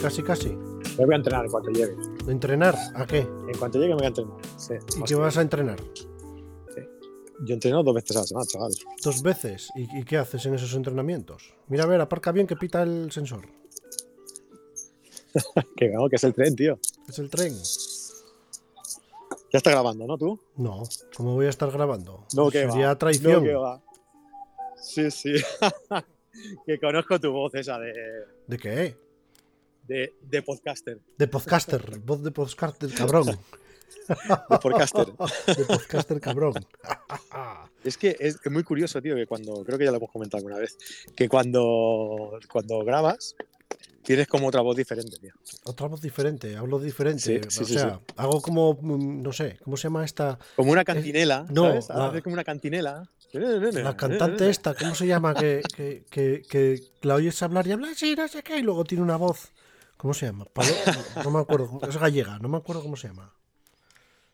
casi, casi. Me voy a entrenar en cuanto llegue. ¿Entrenar? ¿A qué? En cuanto llegue me voy a entrenar. Sí. ¿Y qué Hostia, vas a entrenar? Yo entreno dos veces a la semana, chaval. Dos veces. ¿Y, y qué haces en esos entrenamientos? Mira, a ver, aparca bien que pita el sensor. Que no, que es el tren, tío. Es el tren. Ya está grabando, ¿no tú? No, ¿cómo voy a estar grabando? Pues No, que Sería va. No, traición. que va. Sí, sí. que conozco tu voz esa de, ¿De qué? de, de podcaster. De podcaster, voz de podcaster cabrón. De podcaster. De podcaster cabrón. Es que es es muy curioso, tío, que cuando, creo que ya lo hemos comentado alguna vez, que cuando, cuando grabas tienes como otra voz diferente, tío. Otra voz diferente, hablo diferente. Sí, sí, o sí, sea, hago como, mm, no sé, ¿cómo se llama esta? Como una cantinela, Eh, no, ¿sabes? la- Haces como una cantinela. La cantante eh. esta, ¿cómo se llama? Que, que, que, que la oyes hablar y habla así, no sé qué, y luego tiene una voz. ¿Cómo se llama? Palo- No me acuerdo, es gallega, no me acuerdo cómo se llama.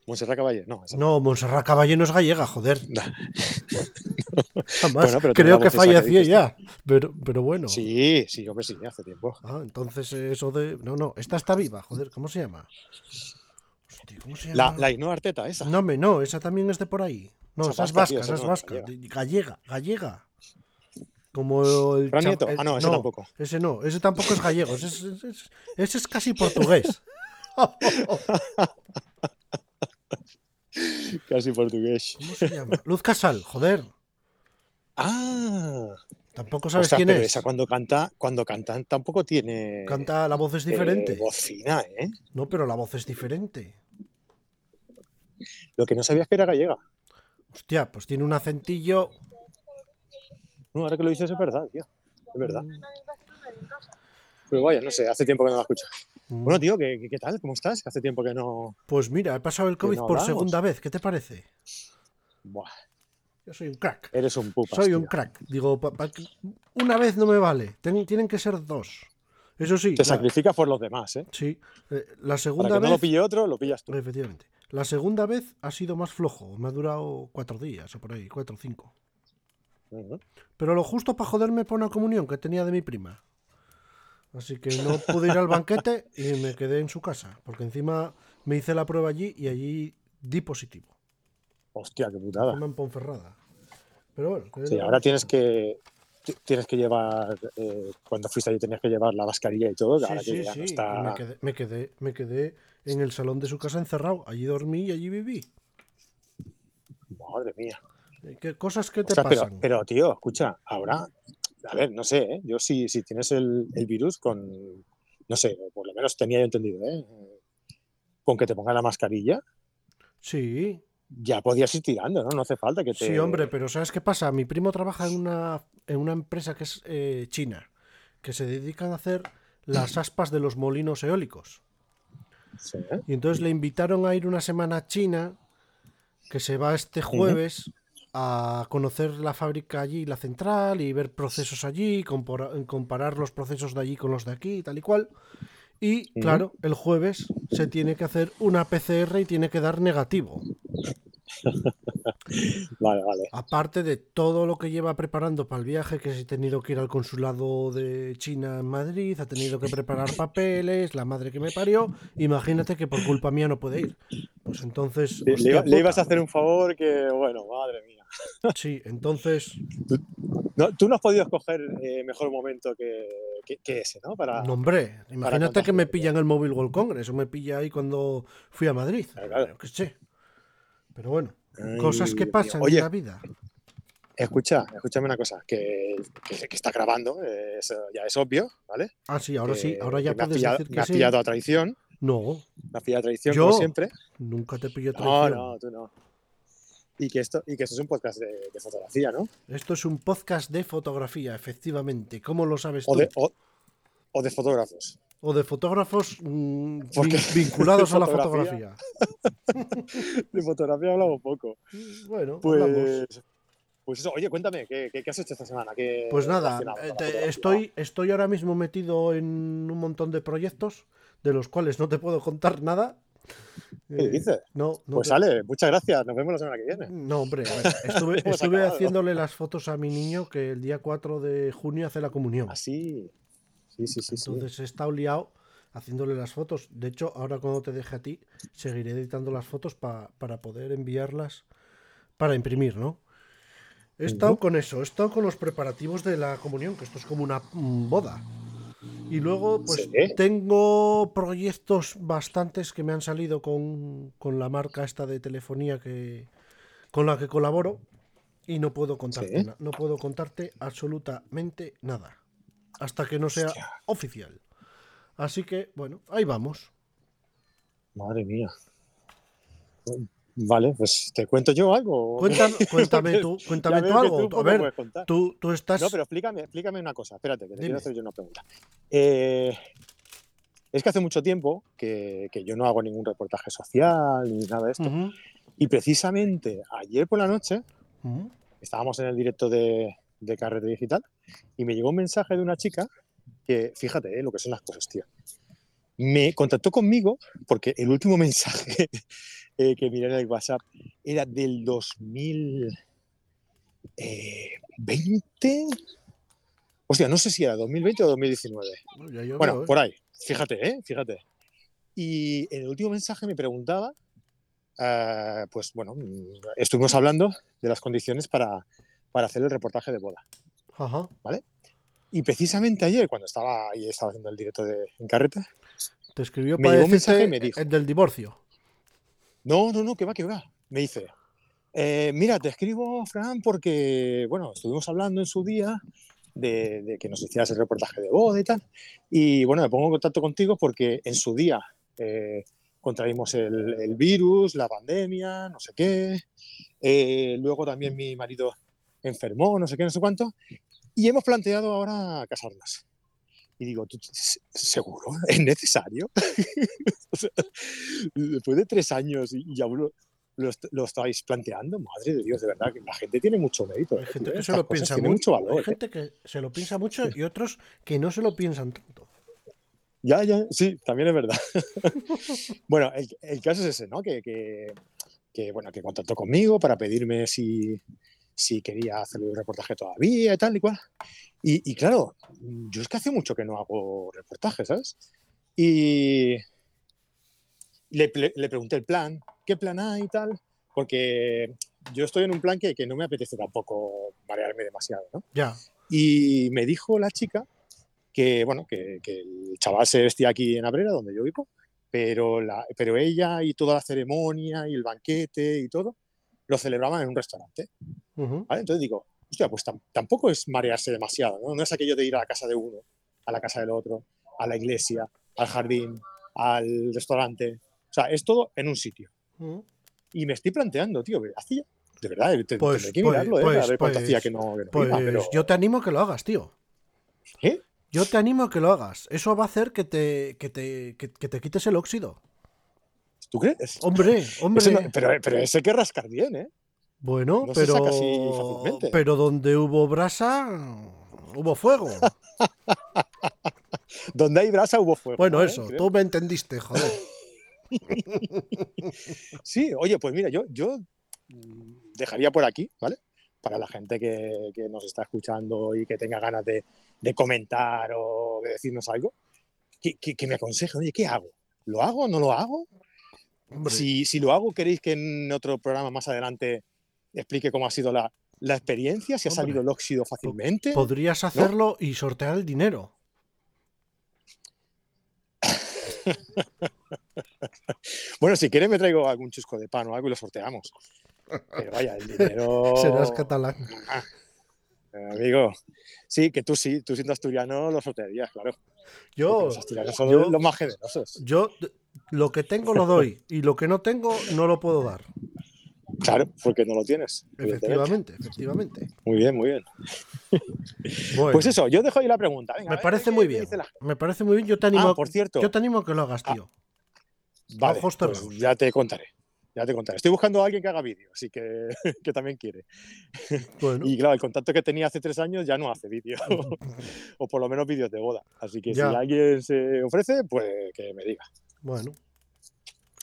Montserrat Caballé, no. esa no. No, Montserrat Caballé no es gallega, joder. No. Además, Bueno, pero tiene la creo que voz esa que falleció dices. ya. Pero, pero bueno. Sí, sí, hombre, sí, hace tiempo. Ah, entonces eh, eso de. No, no, esta está viva, joder, ¿cómo se llama? Hostia, ¿cómo se La, llama? la Ainhoa Arteta, esa. No, me, no, esa también es de por ahí. No, Esa esa es vasca, tío, vasca, esa esa es no, vasca. gallega. de- Gallega, gallega. Como el. Fran cha- Nieto. el- Ah, no, ese tampoco. Ese eh, no, ese tampoco es gallego, ese es, ese es- ese es casi portugués. Casi portugués. ¿Cómo se llama? Luz Casal, joder. Ah, Tampoco sabes Ostras, quién pero es. esa cuando canta, cuando cantan tampoco tiene Canta, la voz es eh, diferente. voz fina, ¿eh? No, pero la voz es diferente. Lo que no sabías que era gallega. Hostia, pues tiene un acentillo. No, ahora que lo dices es verdad, tío. Es verdad. Mm. Pero vaya, no sé, hace tiempo que no la escucho. Mm. Bueno, tío, ¿qué, qué, qué tal? ¿Cómo estás? Que hace tiempo que no. Pues mira, he pasado el COVID no por hablamos. segunda vez, ¿qué te parece? Buah, Yo soy un crack. eres un pupa. Soy un crack. Digo, pa- pa- una vez no me vale. Ten- tienen que ser dos. Eso sí. Te la- sacrificas por los demás, ¿eh? sí. eh, la Para segunda que no lo vez. pille otro, lo pillas tú. efectivamente. La segunda vez ha sido más flojo. Me ha durado cuatro días o por ahí, cuatro o cinco. Ujú. Pero lo justo para joderme por una comunión que tenía de mi prima. Así que no pude ir al banquete y me quedé en su casa. Porque encima me hice la prueba allí y allí di positivo. Hostia, qué putada. Encima en Ponferrada. Pero bueno. que Ah. Sí, no- ahora tienes que. ti- Tienes que llevar, eh, cuando fuiste allí tenías que llevar la mascarilla y todo, Pues ahora que ya no y está. Me quedé, me, quedé, me quedé en el salón de su casa encerrado. Allí dormí y allí viví. Madre mía. Eh, ¿Qué cosas que te Ostras, pero- pasan? Pero, tío, escucha, ahora, a ver, no sé, ¿eh? yo si, si tienes el, el virus con, no sé, o por lo menos tenía yo entendido, ¿eh? con que te pongas la mascarilla, Sí, ya podías ir tirando, ¿no? No hace falta que te... sí, hombre, pero ¿sabes qué pasa? Mi primo trabaja en una, en una empresa que es eh, china, que se dedican a hacer las aspas de los molinos eólicos. Sí, ¿eh? Y entonces le invitaron a ir una semana a China, que se va este jueves a conocer la fábrica allí, la central, y ver procesos allí, compora- comparar los procesos de allí con los de aquí, tal y cual. Y Ujú. claro, el jueves se tiene que hacer una PCR y tiene que dar negativo. Vale, vale. Aparte de todo lo que lleva preparando para el viaje, que si ha tenido que ir al consulado de China en Madrid, ha tenido que preparar papeles, la madre que me parió, imagínate que por culpa mía no puede ir. Pues entonces... Le- hostia Le, le puta. ibas a hacer un favor que, bueno, madre mía. Sí, entonces... No, tú no has podido escoger eh, mejor momento que, que- que ese, ¿no? Ah, Para... No, hombre, imagínate que contagiar, me tío. pillan el móvil World Congress o me pilla ahí cuando fui a Madrid. Claro, Ah, claro. Yo qué sé. Pero bueno, Ay, cosas que Dios mío. pasan Oye, en la vida. escucha, escúchame una cosa, que, que, que está grabando, eh, eso ya es obvio, ¿vale? Ah, sí, ahora sí, que- ahora ya que me has puedes pillado, decir me que has sí. pillado a traición. No, La fila de traición, ¿Yo? como siempre. nunca te pillo No, traición. no, tú no. Y que esto, y que esto es un podcast de, de fotografía, ¿no? Esto es un podcast de fotografía, efectivamente. ¿Cómo lo sabes tú? O de, o, o de fotógrafos. O de fotógrafos mm, ¿Por qué? vin- vinculados a la Fotografía. fotografía. De fotografía hablamos poco. Mm, Bueno, hablamos. Pues, pues eso, oye, cuéntame, ¿qué, qué, qué has hecho esta semana? ¿Qué Pues nada, relacionado con eh, la te- fotografía? estoy, estoy ahora mismo metido en un montón de proyectos de los cuales no te puedo contar nada. ¿Qué Eh, dices? No, no, Pues te- sale, muchas gracias, nos vemos la semana que viene. no, hombre, a ver, estuve, Hemos estuve Pues acabado. haciéndole las fotos a mi niño que el día 4 de junio hace la comunión. Así. Sí, sí, sí, sí. Entonces he estado liado haciéndole las fotos. De hecho, ahora cuando te deje a ti, seguiré editando las fotos pa- para poder enviarlas para imprimir, ¿no? He estado con eso, he estado con los preparativos de la comunión, que esto es como una mm, boda. Y luego, pues Sí. tengo proyectos bastantes que me han salido con, con la marca esta de telefonía que, con la que colaboro y no puedo contarte, Sí. na- no puedo contarte absolutamente nada hasta que no sea Hostia. oficial. Así que, bueno, ahí vamos. Madre mía. Vale, pues te cuento yo algo. Cuéntame, cuéntame tú, Ya cuéntame veo tú que algo. poco A ver, puedes contar. tú, tú estás... No, pero explícame, explícame una cosa. Espérate, que te Dime. quiero hacer yo una pregunta. Eh, es que hace mucho tiempo que, que yo no hago ningún reportaje social ni nada de esto. Ujú, Y precisamente ayer por la noche ujú. estábamos en el directo de, de Carrete Digital y me llegó un mensaje de una chica que, fíjate eh, lo que son las cosas, tío. Me contactó conmigo porque el último mensaje eh, que miré en el WhatsApp era del 2020. Hostia, no sé si era 2020 o 2019. Bueno, ya yo Bueno, veo, ¿eh? por ahí. Fíjate, ¿eh? Fíjate. Y en el último mensaje me preguntaba, ah, pues bueno, mm, estuvimos hablando de las condiciones para, para hacer el reportaje de boda. Ajá. Y precisamente ayer, cuando estaba ahí, estaba haciendo el directo de en carreta, Te escribió Me para llegó un decirte mensaje y me dijo. el del divorcio. no, no, no, que va, que va. Me dice, eh, mira, te escribo, Fran, porque, bueno, estuvimos hablando en su día de, de que nos hicieras el reportaje de boda y tal. Y bueno, me pongo en contacto contigo porque en su día eh, contraímos el, el virus, la pandemia, no sé qué. Eh, luego también mi marido enfermó, no sé qué, no sé cuánto. Y hemos planteado ahora casarnos. Y digo, ¿tú, se- ¿seguro? ¿Es necesario? O sea, después de tres años y, y aún lo, lo est- lo estáis planteando, madre de Dios, de verdad, que la gente tiene mucho mérito. Hay eh, gente tío, que se estas lo cosas piensa tienen mucho. mucho valor. ¿eh? Hay gente que se lo piensa mucho y otros que no se lo piensan tanto. Ya, ya, sí, también es verdad. bueno, el, el caso es ese, ¿no? Que, que- que, bueno, que contactó conmigo para pedirme si, si quería hacer el reportaje todavía y tal y cual. Y, y claro, yo es que hace mucho que no hago reportajes, ¿sabes? Y le, le- le pregunté el plan, ¿qué plan hay y tal? Porque yo estoy en un plan que, que no me apetece tampoco marearme demasiado, ¿no? Ya. Y me dijo la chica que, bueno, que, que el chaval se vestía aquí en Abrera, donde yo vivo, pero, la, pero ella y toda la ceremonia y el banquete y todo lo celebraban en un restaurante. Ujú. ¿vale? Entonces digo, hostia, pues tam- tampoco es marearse demasiado, ¿no? No es aquello de ir a la casa de uno, a la casa del otro, a la iglesia, al jardín, al restaurante. O sea, es todo en un sitio. Ujú. Y me estoy planteando, tío, hacía. De verdad, te- tendré Pues- que pues- mirarlo, ¿eh? Para pues- ver cuánto pues- hacía que no, que no Pues iba, pero- yo te animo a que lo hagas, tío. ¿Eh? Yo te animo a que lo hagas. Eso va a hacer que te, que te, que, que te quites el óxido. ¿Tú crees? Hombre, hombre. Ese no- pero, pero ese hay que rascar bien, ¿eh? Bueno, no se pero. saca así fácilmente. Pero donde hubo brasa, hubo fuego. Donde hay brasa hubo fuego. Bueno, ¿eh? eso, Creo. tú me entendiste, joder. Sí, oye, pues mira, yo, yo mm, dejaría por aquí, ¿vale? Para la gente que, que nos está escuchando y que tenga ganas de, de comentar o de decirnos algo, que, que- que me aconsejen, oye, ¿qué hago? ¿Lo hago? ¿No lo hago? Hombre, Si, si lo hago, ¿queréis que en otro programa más adelante explique cómo ha sido la, la experiencia? ¿Si ha Hombre. salido el óxido fácilmente? podrías hacerlo y sortear el dinero. Bueno, si quieres me traigo algún chusco de pan o algo y lo sorteamos. Pero vaya, el dinero... Serás catalán. Eh, Amigo, sí, que tú sí, tú siendo asturiano lo sortearías, claro. porque Yo, los asturianos son yo- los más generosos. yo d- lo que tengo lo doy y lo que no tengo no lo puedo dar. Claro, porque no lo tienes. evidentemente. Efectivamente, efectivamente. Muy bien, muy bien. Bueno, Pues eso, yo dejo ahí la pregunta. Venga, a me ver parece qué- muy qué bien. dice la- Me parece muy bien. Yo te animo, Ah, a- por cierto, Ah, yo te animo a que lo hagas, tío. vale, ojos pues cerrados. ya te contaré. Ya te contaré. Estoy buscando a alguien que haga vídeo, así que, que también quiere. Bueno, Y claro, el contacto que tenía hace tres años ya no hace vídeo, o por lo menos vídeos de boda. Así que Ya. si alguien se ofrece, pues que me diga. bueno,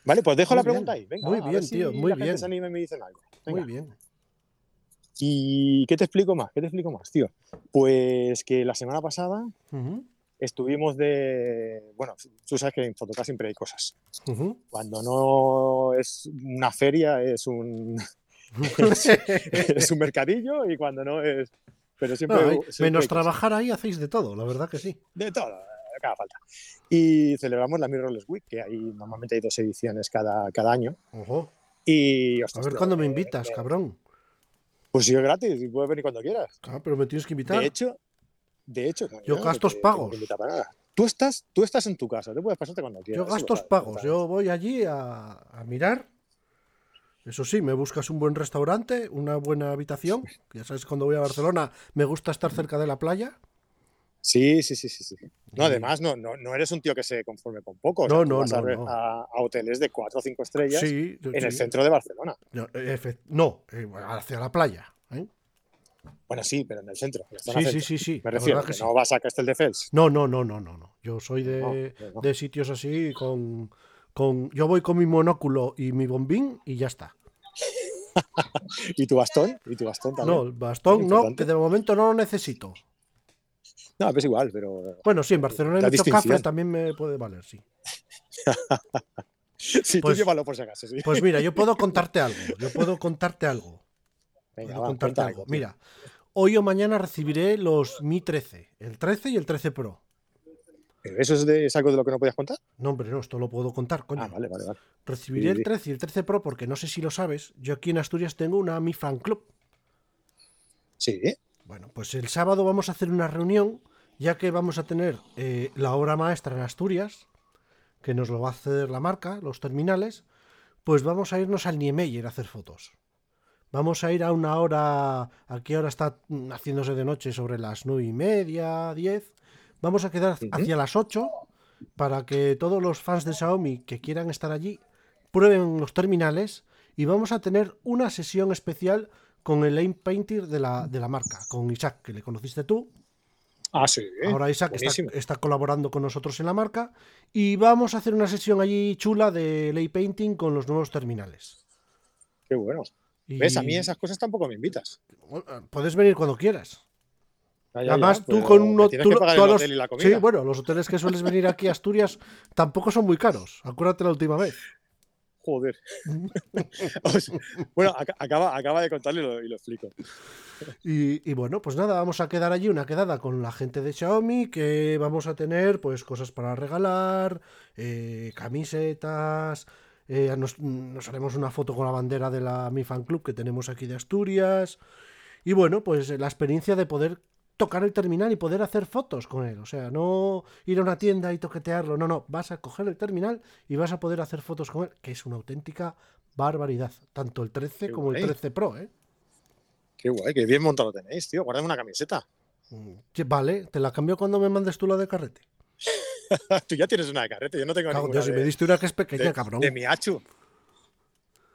Vale, pues dejo Muy la bien, pregunta ahí. Venga, muy a ver bien, si tío, muy la gente bien. se anima y me dicen algo. Venga. muy bien. ¿Y qué te explico más? ¿Qué te explico más, tío? Pues que la semana pasada Ujú. Estuvimos de. Bueno, tú sabes que en Fotocá siempre hay cosas. Ujú. Cuando no es una feria, es un, es, es un mercadillo y cuando no es. Pero siempre. Bueno, ahí, siempre menos hay cosas. trabajar ahí hacéis de todo, la verdad que sí. De todo, lo que haga falta. Y celebramos la Mirrorless Week, que ahí normalmente hay dos ediciones cada, cada año. Ojo. Y, A ostras, ver pero, cuándo me eh, invitas, eh, cabrón. Pues sí, es gratis, y puedes venir cuando quieras. Ah, pero me tienes que De invitar. hecho, de hecho, no, Yo no gastos te tengo pagos. que invitar para nada. Tú estás, tú estás en tu casa, te puedes pasarte cuando quieras. Yo eso lo gastos sabes, pagos, lo sabes. yo voy allí a, a mirar. Eso sí, me buscas un buen restaurante, una buena habitación. Ya sabes, cuando voy a Barcelona me gusta estar cerca de la playa. Sí, sí, sí, sí, sí. No, Y- además, no, no, no eres un tío que se conforme con poco. o No, tú no, vas a, no, ver no. a- a hoteles de 4 o 5 estrellas Sí, yo- en el sí. centro de Barcelona. No, efe- no, eh, hacia la playa. ¿eh? Bueno, sí, pero en el centro. en la zona Sí, sí, centro. sí, sí. la Me refiero, verdad que que sí. Eh, no vas a Castelldefels. No, no, no, no, no, no. Yo soy de, No, no. de sitios así con, con... Yo voy con mi monóculo y mi bombín y ya está. ¿Y tu bastón? ¿Y tu bastón también? No, el bastón no, Importante. que de momento no lo necesito. No, pero es igual, pero Bueno, sí, en Barcelona en La el Chocafre distinción. también me puede valer, sí. sí, Pues- tú llévalo por si acaso. Sí. Pues mira, yo puedo contarte algo. Yo puedo contarte algo. Venga, Puedo va, contarte cuenta algo. tío. Mira, hoy o mañana recibiré los Mi 13, el 13 y el 13 Pro. ¿Pero ¿Eso es, de, es algo de lo que no podías contar? No, hombre, no, esto lo puedo contar, coño. Ah, vale, vale, vale. Recibiré sí, el sí. 13 y el 13 Pro porque no sé si lo sabes. Yo aquí en Asturias tengo una Mi Fan Club. Sí, Bueno, pues el sábado vamos a hacer una reunión, ya que vamos a tener eh, la obra maestra en Asturias, que nos lo va a hacer la marca, los terminales, pues vamos a irnos al Niemeyer a hacer fotos. Vamos a ir a una hora, ¿a qué hora está mm, haciéndose de noche? Sobre las nueve y media, diez. Vamos a quedar Ujú. hacia las 8 para que todos los fans de Xiaomi que quieran estar allí prueben los terminales y vamos a tener una sesión especial con el lane painter de la, de la marca, con Isaac, que le conociste tú. Ah, sí. Ahora Isaac está, buenísimo. está colaborando con nosotros en la marca y vamos a hacer una sesión allí chula de lane painting con los nuevos terminales. Qué bueno. Y- ¿Ves? A mí esas cosas tampoco me invitas. Bueno, Puedes venir cuando quieras. Ya, ya, Además, ya, tú pero con me uno. Tienes tú que lo- pagar tú a el los- hotel y la comida. sí, bueno, los hoteles que sueles venir aquí a Asturias tampoco son muy caros. Acuérdate la última vez. Joder. O sea, bueno, ac- acaba, acaba de contarle y lo, y lo explico. Y, y bueno, pues nada, vamos a quedar allí una quedada con la gente de Xiaomi que vamos a tener pues cosas para regalar, eh, camisetas, eh, nos, nos haremos una foto con la bandera de la Mi Fan Club que tenemos aquí de Asturias y bueno, pues eh, la experiencia de poder tocar el terminal y poder hacer fotos con él, o sea, no ir a una tienda y toquetearlo, no, no, vas a coger el terminal y vas a poder hacer fotos con él, que es una auténtica barbaridad, tanto el 13 Qué como el guay. 13 Pro, ¿eh? Qué guay, qué bien montado lo tenéis, tío. Guardadme una camiseta. Mm, sí, Vale, te la cambio cuando me mandes tú la de carrete. Tú ya tienes una de carrete. Yo no tengo Cago en ninguna Dios, si de, me diste una que es pequeña, de, cabrón. de Miachu.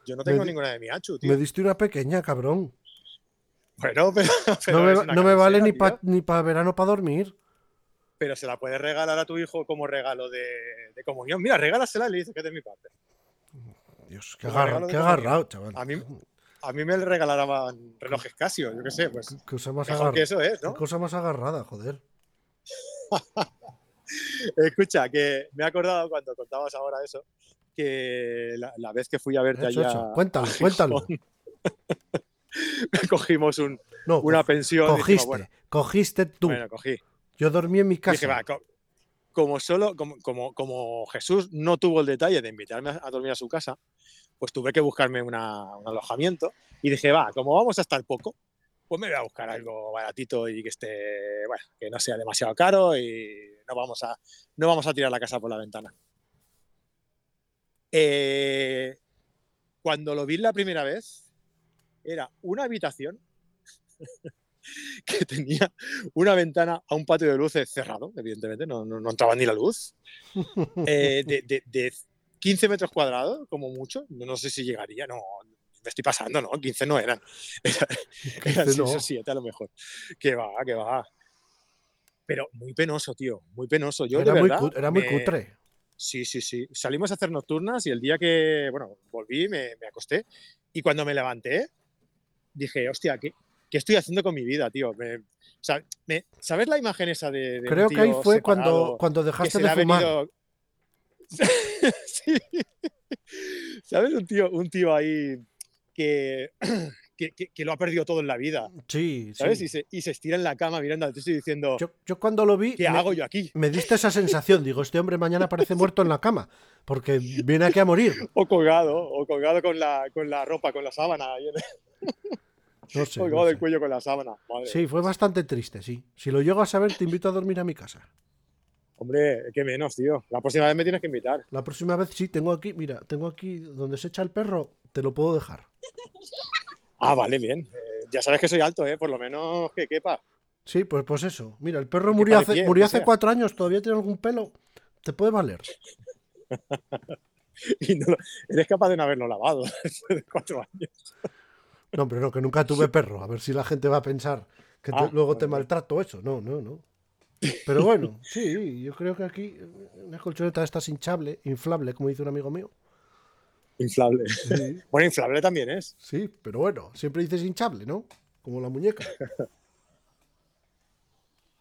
Yo no tengo Me di- ninguna de Miachu, tío. Me diste una pequeña, cabrón. Bueno, pero, pero no me, es va- una no me vale ni camiseta, para tío. ni pa verano para dormir. Pero se la puedes regalar a tu hijo como regalo de, de comunión. Mira, regálasela y le dices que es de mi parte. Dios, qué, Como agarra- regalo de qué comunión. agarrado, chaval. Mm, A mí- A mí me regalaban relojes Casio, yo qué sé, pues Qué cosa más, mejor agarra- que eso es, qué ¿no? cosa más agarrada, joder. Escucha, que me he acordado cuando contabas ahora eso, que la, la vez que fui a verte Eso, allá, eso. Cuéntalo, cuéntalo. cogimos un- No, una pensión. y dijimos, cogiste, bueno, cogiste tú. bueno, cogí. Yo dormí en mi casa. Dije, va, co- como solo, como, como, como Jesús no tuvo el detalle de invitarme a, a dormir a su casa, pues tuve que buscarme una- un alojamiento y dije, va, como vamos a estar poco, pues me voy a buscar algo baratito y que esté, bueno, que no sea demasiado caro y no vamos a, no vamos a tirar la casa por la ventana. Eh, cuando lo vi la primera vez, era una habitación que tenía una ventana a un patio de luces cerrado, evidentemente, no, no, no entraba ni la luz, eh, de, de- de 15 metros cuadrados, como mucho, no, no sé si llegaría, no, me estoy pasando, ¿no? 15 no eran, eran 6 no. o 7 a lo mejor, que va, que va. Pero muy penoso, tío, muy penoso. Yo, era, de muy verdad, cut- era muy me- cutre. Sí, sí, sí. Salimos a hacer nocturnas y el día que, bueno, volví, me, me acosté. Y cuando me levanté, dije, hostia, qué, ¿qué estoy haciendo con mi vida, tío? Me- o sea, me- ¿Sabes la imagen esa de... de un Creo que ahí tío fue separado cuando, cuando que dejaste se de le ha fumar. venido- Sí. ¿Sabes? Un tío, un tío ahí que, que, que- que lo ha perdido todo en la vida, Sí, ¿sabes? sí. Y, se, y se estira en la cama mirando al techo y diciendo, Yo, yo cuando lo vi, ¿qué me- hago yo aquí? me diste esa sensación. Digo, este hombre mañana parece muerto en la cama, porque viene aquí a morir. O colgado, o colgado con la, con la ropa, con la sábana, ahí en- No sé, colgado no del sé. cuello con la sábana. Madre. Sí, fue bastante triste, sí. Si lo llego a saber, te invito a dormir a mi casa. Hombre, qué menos, tío. La próxima vez me tienes que invitar. La próxima vez sí, tengo aquí, mira, tengo aquí donde se echa el perro, te lo puedo dejar. Ah, vale, bien. Eh, ya sabes que soy alto, ¿eh? Por lo menos que quepa. Sí, pues, pues eso. Mira, el perro Que murió pare hace, bien, murió que hace sea. cuatro años, todavía tiene algún pelo. Te puede valer. Y no lo- eres capaz de no haberlo lavado después de cuatro años. No, hombre, no, que nunca tuve perro. A ver si la gente va a pensar que te- Ah, luego te vale, vale. maltrato eso. No, no, no. Pero bueno, sí, yo creo que aquí una colchoneta está hinchable, inflable, como dice un amigo mío. Inflable. Sí, Bueno, inflable también es. sí, pero bueno, siempre dices hinchable, ¿no? Como la muñeca.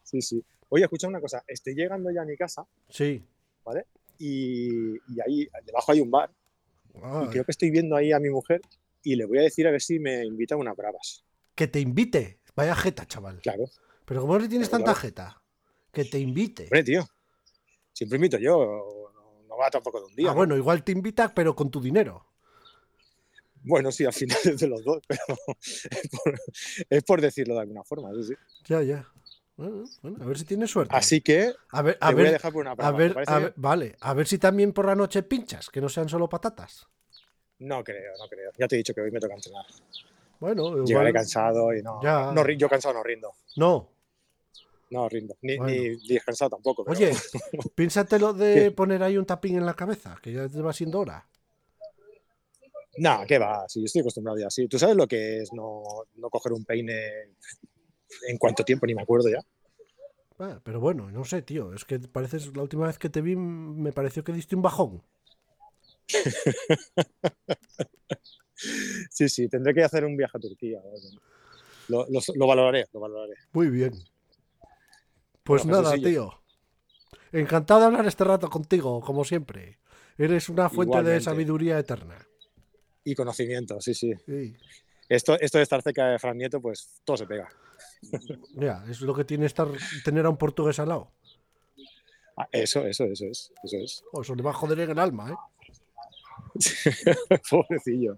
Sí, sí. Oye, escucha una cosa. Estoy llegando ya a mi casa Sí. y, y ahí debajo hay un bar. Ah, Y creo que estoy viendo ahí a mi mujer y le voy a decir a ver si me invita a unas bravas. que te invite. Vaya jeta, chaval. Claro. Pero ¿cómo le tienes Claro, tanta claro. jeta? Que te invite. Hombre, tío. Siempre invito yo. No, no va tampoco de un día. Ah, ¿no? bueno, igual te invita, pero con tu dinero. Bueno, sí, al final es de los dos, pero es por, es por decirlo de alguna forma. sí, sí. Ya, ya. Bueno, bueno, a ver si tienes suerte. Así que a ver, Ah, a te voy a ver, dejar por una a prueba. Ah, ¿te ver, parece a bien? ver- vale, a ver si también por la noche pinchas, que no sean solo patatas. No creo, no creo. Ya te he dicho que hoy me toca entrenar. Pues Bueno, igual- Llegaré cansado y no, Ya. no ri- Yo cansado no rindo. no. No rindo. Ni, Bueno. ni descansado tampoco. pero- Oye, piénsate lo de poner ahí un tapín en la cabeza, que ya te va siendo hora. No, qué va. Sí, yo estoy acostumbrado ya así. ¿Tú sabes lo que es no, no coger un peine en cuánto tiempo? Ni me acuerdo ya. Ah, pero bueno, no sé, tío, es que pareces la última vez que te vi m- me pareció que diste un bajón. Sí, sí. Tendré que hacer un viaje a Turquía. o algo. Lo, lo- lo valoraré, lo valoraré. Muy bien. Pues Bueno, nada, Jesucillo. tío. Encantado de hablar este rato contigo, como siempre. Eres una fuente de Igualmente. sabiduría eterna. Y conocimiento, sí, sí. Sí. Esto, esto de estar cerca de Fran Nieto, pues todo se pega. Ya, es lo que tiene estar tener a un portugués al lado. Ah, Eso, eso, eso es. Eso es. O Oh, eso le va a joder en el alma, ¿eh? Pobrecillo.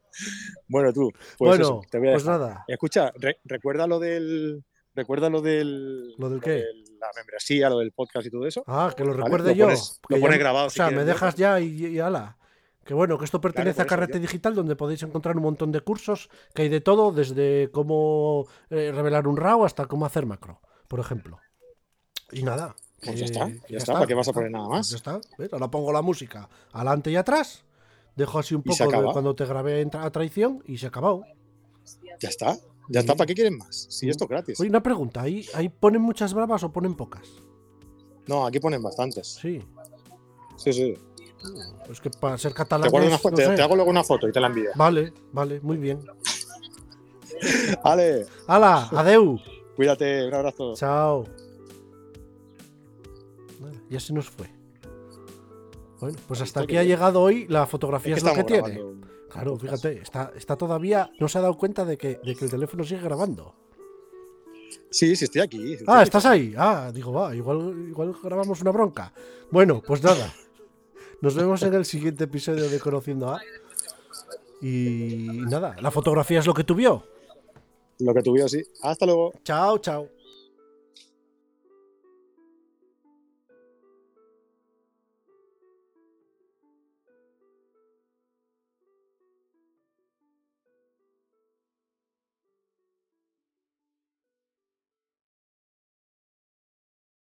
Bueno, tú, pues bueno, eso, te voy a pues dejar. nada. Escucha, re- recuerda lo del. Recuerda lo del. ¿Lo del qué? de la membresía, lo del podcast y todo eso. Ah, que lo Vale, recuerde lo yo. pones- que lo ya pones me- grabado, O si sea, me quieres, ¿no? dejas ya y, y ala. Que bueno, que esto pertenece por a eso, Carrete yo- Digital, donde podéis encontrar un montón de cursos que hay de todo, desde cómo eh, revelar un RAW hasta cómo hacer macro, por ejemplo. Y nada. Pues que- ya está, ya que está, ¿para qué vas ya a está, poner nada pues más? Ya está. ¿ves? Ahora pongo la música adelante y atrás. Dejo así un Y se poco de acaba. cuando te grabé en tra- a traición y se acabó. Ya está, ya está. ¿Para qué quieren más? Sí, esto es gratis. Oye, una pregunta, ¿ahí, ahí ponen muchas bravas o ponen pocas? No, aquí ponen bastantes. Sí. Sí, sí. Es que para ser Te, catalán. guardo una es- fo- no te- sé. te hago luego una foto y te la envío. Vale, vale, muy bien. Vale, ¡Hala! ¡Adeu! cuídate, un abrazo. Chao. Nada, Ya se nos fue. Bueno, pues hasta Esto aquí que- ha llegado hoy la fotografía es, lo que tiene. grabando un Claro, podcast. fíjate, está, está todavía, no se ha dado cuenta de que, de que el teléfono sigue grabando. Sí, sí, estoy aquí. estoy Ah, aquí. estás ahí. Ah, digo, va, igual, igual grabamos una bronca. Bueno, pues nada. Nos vemos en el siguiente episodio de Conociendo a. Y nada, la fotografía es lo que tú vio. Lo que tuviera, sí. Hasta luego. Chao, chao.